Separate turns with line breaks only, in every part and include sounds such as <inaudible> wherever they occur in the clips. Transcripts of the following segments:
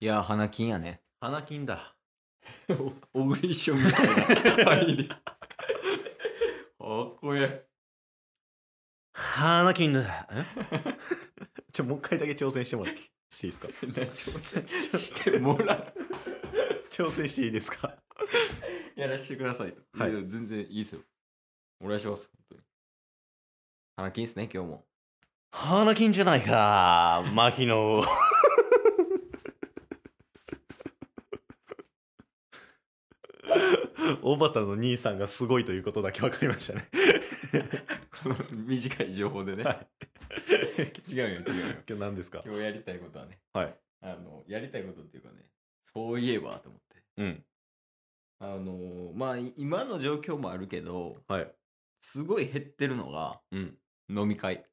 いや、花金やね。
花金だ。
<laughs> 小栗旬みたいな入り。かっこえ
花金だ。ちょ、もう一回だけ挑戦してもらっていいですか
え。挑戦してもらう。
挑戦していいですか
やらしてくださいと。
はい
や全然いいですよ。お願いします。本当に花金ですね、今日も。
花金じゃないか、牧 <laughs> 野。小畑の兄さんがすごいということだけ分かりました <laughs> ね。
<laughs> この短い <laughs> 情報でね。
はい
違うよ、違うよ。
今日何ですか
今日やりたいことはね、
はい。
あの、やりたいことっていうかね、そういえばと思って。
うん。
あのーまあ、い今の状況もあるけど、
はい。
すごい減ってるのが
うん。
飲み会。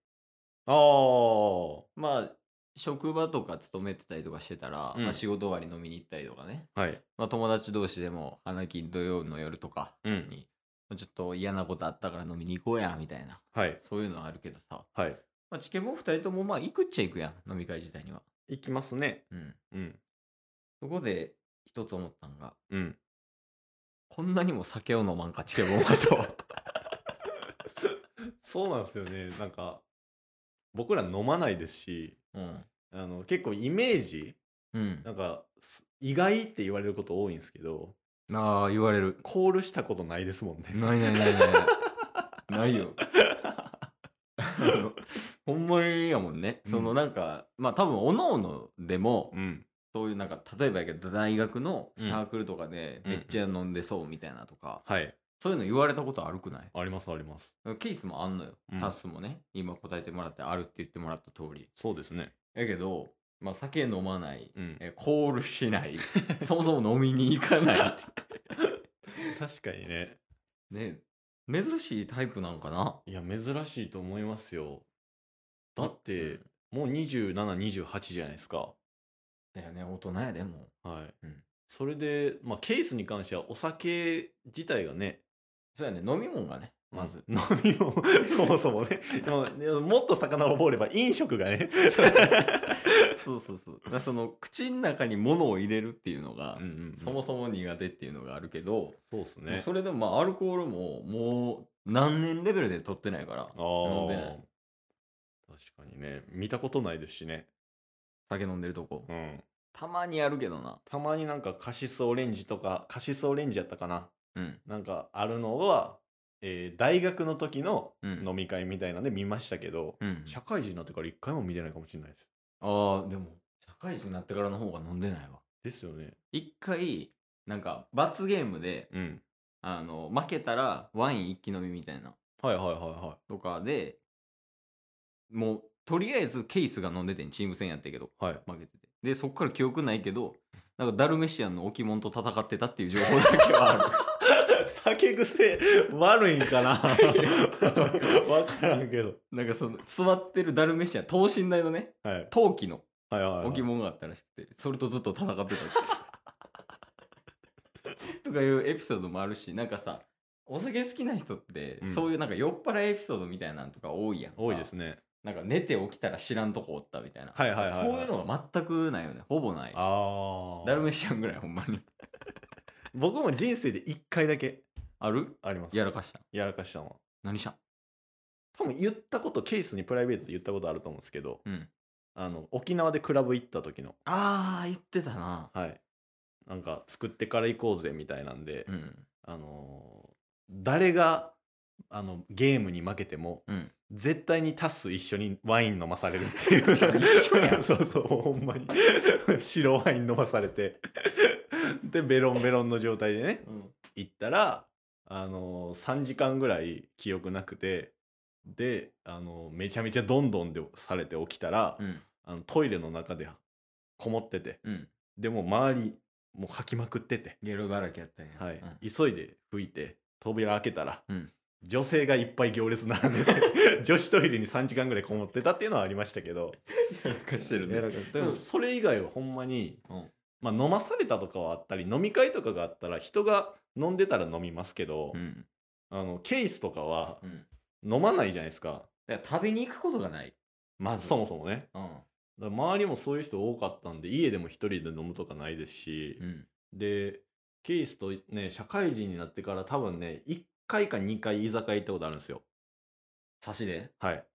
ああ。
まあ職場とか勤めてたりとかしてたら、
うん
まあ、仕事終わり飲みに行ったりとかね、
はい。
まあ、友達同士でも花金土曜の夜とか
うん。
に、まあちょっと嫌なことあったから飲みに行こうやみたいな
はい。
そういうのはあるけどさ、
はい。
まあ、チケも2人ともまあ行くっちゃ行くやん飲み会自体には、
いきますね。
うん、
うん。
そこで一つ思ったのが
うん。
こんなにも酒を飲まんかチケボンはと
そうなんですよね。なんか、僕ら飲まないですし、
<laughs> うん
あの、結構イメージ、
うん
なんか、す意外って言われること多いんですけど、
ああ言われる
コールしたことないですもんね。
ないないないない <laughs> ないよあのほんまにやもんね、
うん
そのなんかまあ多分おのおのでも、
うん。
そういうなんか例えばやけど大学のサ
うん
ークルとかで
うん
めっちゃ飲んでそうみたいなとか、
はい。
そういうの言われたことあるくない
ありますあります。
ケースもあんのよ、
うん
タスもね今答えてもらってあるって言ってもらった通り
そうですね。
やけど、まあ、酒飲まない、
うん。
えコールしない <laughs> そもそも飲みに行かないっ
確かにね。
てね珍しいタイプなんかない
や、珍しいと思いますよ。だって、
うん
もう27、28じゃないですか。
だよね大人やでも
はい。
うん
それで、まあ、ケースに関しては、お酒自体がね、
そうやね飲み物がねまず、
<laughs> 飲み物そもそもねもうもっと遡れば飲食がね
<laughs> そうそうそうだからその口の中に物を入れるっていうのが、そ
そ
も
も
そも苦手っていうのがあるけど、
そうっすね
それでもまあアルコールももう何年レベルで取ってないから
あ
飲んでな
ー
い
確かにね見たことないですしね、
酒飲んでるとこ、
うん、
たまにやるけどな
たまになんかカシスオレンジとかカシスオレンジやったかな
うん
なんかあるのは、えー大学の時の
うん
飲み会みたいなんで見ましたけど、
うん
社会人になってから一回も見てないかもしれないです
あーでも社会人になってからの方が飲んでないわ
ですよね
一回なんか罰ゲームで
うん
あの負けたらワイン一気飲みみたいな
はいはいはいは
とかでもうとりあえずケイスが飲んでてんチーム戦やったけど
いはい
負けててでそっから記憶ないけどなんかダルメシアンの置物と戦ってたっていう情報だけはあ
<laughs>
る
酒癖悪いん <laughs> かなわからんけど、
なんかその座ってるダルメシアン等身大のね
はい、
陶器の
はいはいはい
置物があったらしくてそれとずっと戦ってたん
<laughs>
ですとかいうエピソードもあるしなんかさお酒好きな人って、
うん
そういうなんか酔っ払いエピソードみたいなのとか多いやんか
多いですね
なんか寝て起きたら知らんとこおったみたいな、
はいはいはいはい
そういうのが全くないよねほぼない
ああ
ダルメシアンぐらいほんまに
僕も人生で1回だけ
ある
あります
やらかした
やらかしたのは
何した
多分言ったことケースにプライベートで言ったことあると思うんですけど
うん
あの沖縄でクラブ行った時の
ああ言ってたな
はいなんか作ってから行こうぜみたいなんで、
うん
あのー誰があのゲームに負けても
うん
絶対にタス一緒にワイン飲まされるっていう
<laughs> 一緒やん
<laughs> そうそうもうほんまに白ワイン飲まされてでベロンベロンの状態でね
うん
行ったら、あのー3時間ぐらい記憶なくてで、あのーめちゃめちゃどんどんでされて起きたら、
うん
あのトイレの中でこもってて
うん
でもう周りもう吐きまくってて、
ゲロだらけやったんや
はい
うん
急いで拭いて扉開けたら、
うん
女性がいっぱい行列並んで
<laughs>
て女子トイレに3時間ぐらいこもってたっていうのはありましたけど
やらかしてる
いやだからでもそれ以外はほんまに、
うん
まあ、飲まされたとかはあったり飲み会とかがあったら人が飲んでたら飲みますけど、
うん
あのケースとかは
うん
飲まないじゃないですか
だから食べに行くことがない
まずそもそもね
うん
だから周りもそういう人多かったんで家でも一人で飲むとかないですし、
うん
でケイスとね社会人になってから多分ね1回か2回居酒屋行ったことあるんですよ
差しで
はい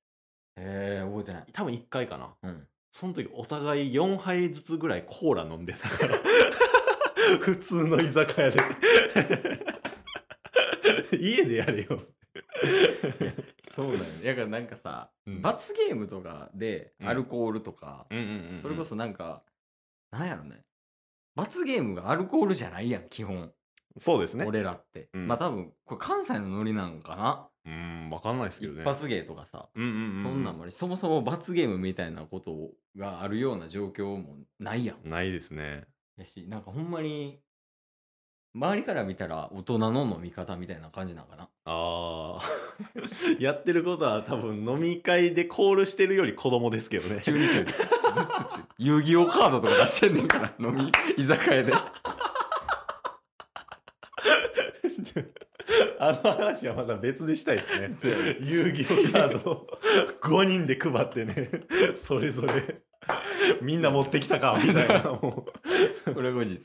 えー、覚えてない。
多分1回かな
うん。
その時お互い4杯ずつぐらいコーラ飲んでたから <laughs> 普通の居酒 <laughs> 屋で家でやれよ
そうだよね。だからなんかさ、
うん
罰ゲームとかで
うん
アルコールとか、
うんうんうんうん
それこそなんか、なんやろね。罰ゲームがアルコールじゃないやん、基本。
そうですね
俺らって。
うん
まあ多分、これ関西のノリなのかな。
うん分かんないですけどね
一発芸とかさ。
うんうんう
そんなんもありそもそも罰ゲームみたいなことがあるような状況もないやん。
ないですね
やし、なんかほんまに、周りから見たら大人の飲み方みたいな感じなんかな。
ああ <laughs> やってることは多分飲み会でコールしてるより子供ですけどね
中二
<laughs>
中二。ずっと中遊戯王カードとか出してんねんから、飲み、居酒
<laughs>
屋で。
<laughs> あの話はまた別でしたいです <laughs> ね
そうやね
遊戯王カードを5人で配ってねそれぞれみんな持ってきたかみ <laughs> たいなもう
これ後日。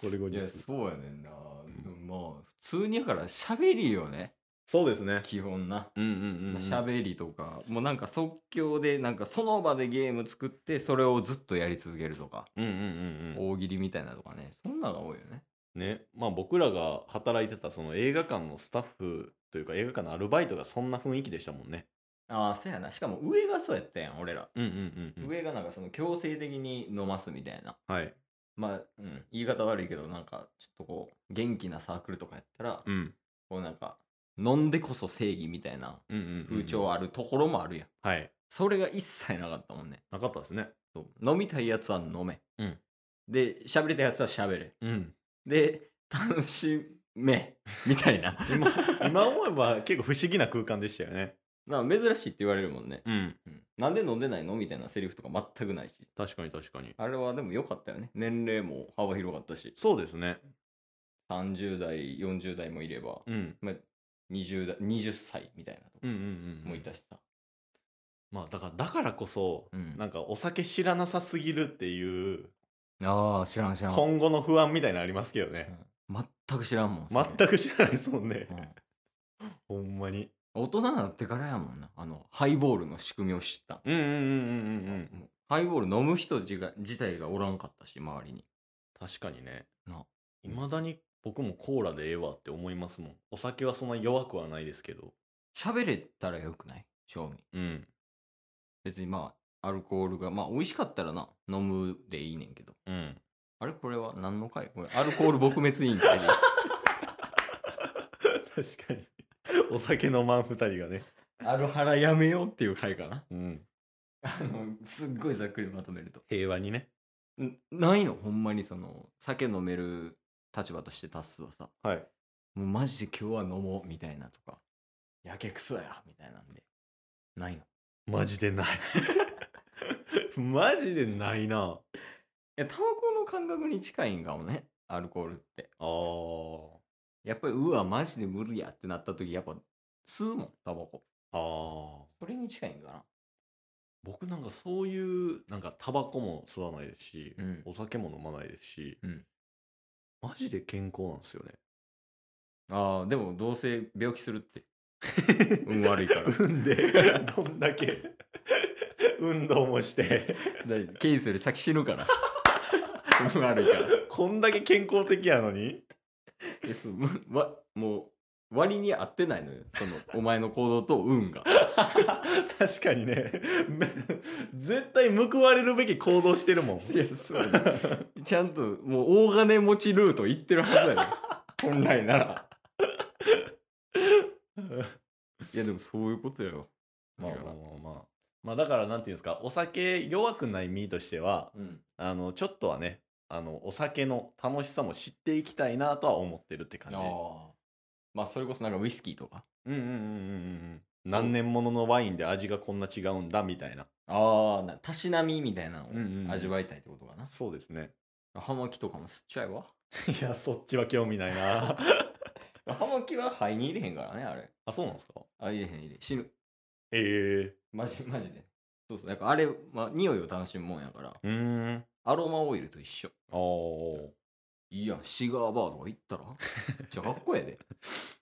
これ後
い
日
や、そうやねんな。
ん
でもまあ、普通にやから喋りよね、
そうですね
基本な。
うんうん
まあ
喋
喋りとか、もうなんか即興で、なんかその場でゲーム作って、それをずっとやり続けるとか、
うんうんうん
大喜利みたいなとかね、そんなのが多いよね。
ねまあ僕らが働いてたその映画館のスタッフというか映画館のアルバイトがそんな雰囲気でしたもんね
ああ、そうやな。しかも上がそうやったやん、俺ら。
うんうんうん、うん、
上がなんかその強制的に飲ますみたいな。
はい
まあ、うん、言い方悪いけど、なんか、ちょっとこう、元気なサークルとかやったら、
うん
こうなんか、飲んでこそ正義みたいな
うんうんうん
風潮あるところもあるやん。
はい
それが一切なかったもんね。
なかったですね
そう飲みたいやつは飲め。
うん
で、喋りたいやつは喋れ。
うん
で、楽し
<laughs>
め。みたいな。 <laughs>
今今思えば結構不思議な空間でしたよね
なんか珍しいって言われるもんね。
うん
うんなんで飲んでないのみたいなセリフとか全くないし。
確かに確かに
あれはでも良かったよね。年齢も幅広かったし。
そうですね
30代、40代もいれば、
うん
まあ、20, 代20歳みたいなと
うん
か
うんうん
もいたしさ。
まあだからだからこそ、
うん
なんかお酒知らなさすぎるっていう
ああ、知らん知らん。
今後の不安みたいなのありますけどね、
うん全く知らんもん。それ
全く知らないですもんね
う、ん
ほんまに
大人になってからやもんな。あの、ハイボールの仕組みを知った。
うんうんうんうんうんうん
もうハイボール飲む人自が自体がおらんかったし周りに
確かにね
ない
まだに僕もコーラでええわって思いますもんお酒はそんな弱くはないですけど
喋れたらよくない正味
うん
別にまあアルコールがまあ美味しかったらな飲むでいいねんけど
うん
あれこれは何の回これアルコール撲滅委員 <laughs> 会で
確かにお酒のマン2人がね
アルハラやめようっていう回かな
うん
あのすっごいざっくりまとめると
平和にね
んないのほんまにその酒飲める立場として達すはさ
はい
もうマジで今日は飲もうみたいなとかやけくそやみたいなんでないの
マジでない <laughs> マジでないな
えタバコの感覚に近いんかもねアルコールって
あー
やっぱりうわマジで無理やってなった時やっぱ吸うもんタバコ
あー
それに近いんか
僕なんかそういうなんかタバコも吸わないですし、
なうん
お酒も飲まないですし、
うん
マジで健康なんですよね
ああでもどうせ病気するって運悪い
<laughs>
から
運でどんだけ運動もして
大丈夫ケースより先死ぬから運悪いから
こんだけ健康的やのに
えそうむわもう割に合ってないのよそのお前の行動と運が
確かにねめ絶対報われるべき行動して <laughs> るもん
いやそうね <laughs> ちゃんともう大金持ちルート行ってるはずやね <laughs> 本来なら <laughs> いやでもそういうことやろ
まあまあ
だから
まあまあまあだからなんていうんですかお酒弱くない身としては
うん
あのちょっとはねあのお酒の楽しさも知っていきたいなとは思ってるって感じ
ああまあそれこそなんかウイスキーとか
うんうんうんうんうんうん何年もののワインで味がこんな違うんだみたいな
ああなたしなみみたいなの
うんうんうん
を味わいたいってことかな、
そうですね <laughs>
葉巻とかも吸っちゃえば
いやそっちは興味ないな <laughs>
葉巻は肺に入れへんからねあれ
あそうなんですか
あ入れへん入れ死ぬ
ええ
マジマジでそうそうなんかあれは匂いを楽しむもんやから
うーん。
アロマオイルと一緒
おー
いいやんシガーバーとか行
<laughs>
ったらじゃあかっこええで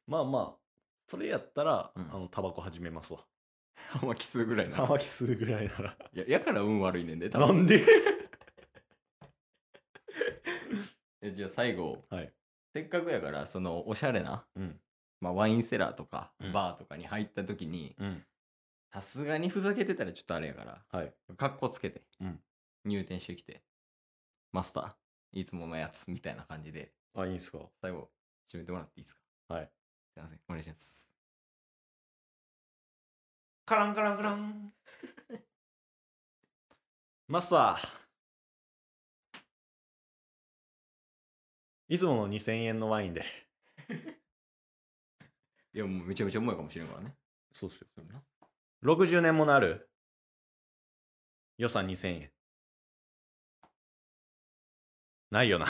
まあまあ、それやったら、
うん
あの、タバコ始めますわ。 <laughs>
浜奇数ぐらいな
玉木数ぐらいなら。
いややから運悪いねんで多分
なんで
えじゃあ最後
はい。
せっかくやからそのおしゃれな、
うん。
まあ、ワインセラーとか
うん
バーとかに入った時に
うん。
さすがにふざけてたらちょっとあれやから
はい。
かっこつけて、
うん
入店してきてマスターいつものやつみたいな感じで
あ、いいんすか。
最後締めてもらっていいですか
はい
すいませんお願いします
カランカランカラン。マスター。いつもの2000円のワインで。
いやもうめちゃめちゃうまいかもしれんからね
そうっすよ。
それな
60年ものある。予算2000円。ないよな。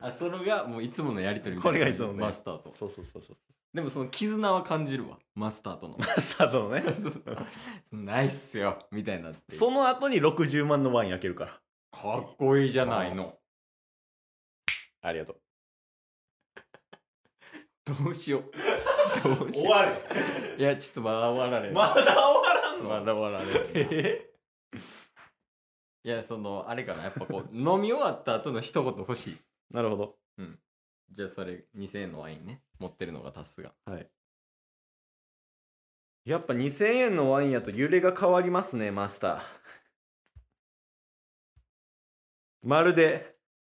あそれがもういつものやりとりみたな
これがいつものね
マスターと
そうそうそうそう。
でもその絆は感じるわマスターとの
スタートのね。
<laughs> そのないっすよみたいになって
その後に60万のワイン開けるから。
かっこいいじゃないの
ありがとう。
どうしよう <laughs> どうしよう
る
いやちょっとまだ終わられる
まだ終わらんの
まだ終わられるな
え
いやそのあれかなやっぱこう飲み終わった後の一言欲しい
なるほど。
じゃあそれ2000円のワインね持ってるのがタスが
やっぱ2000円のワインやと揺れが変わりますね、マスター。まるで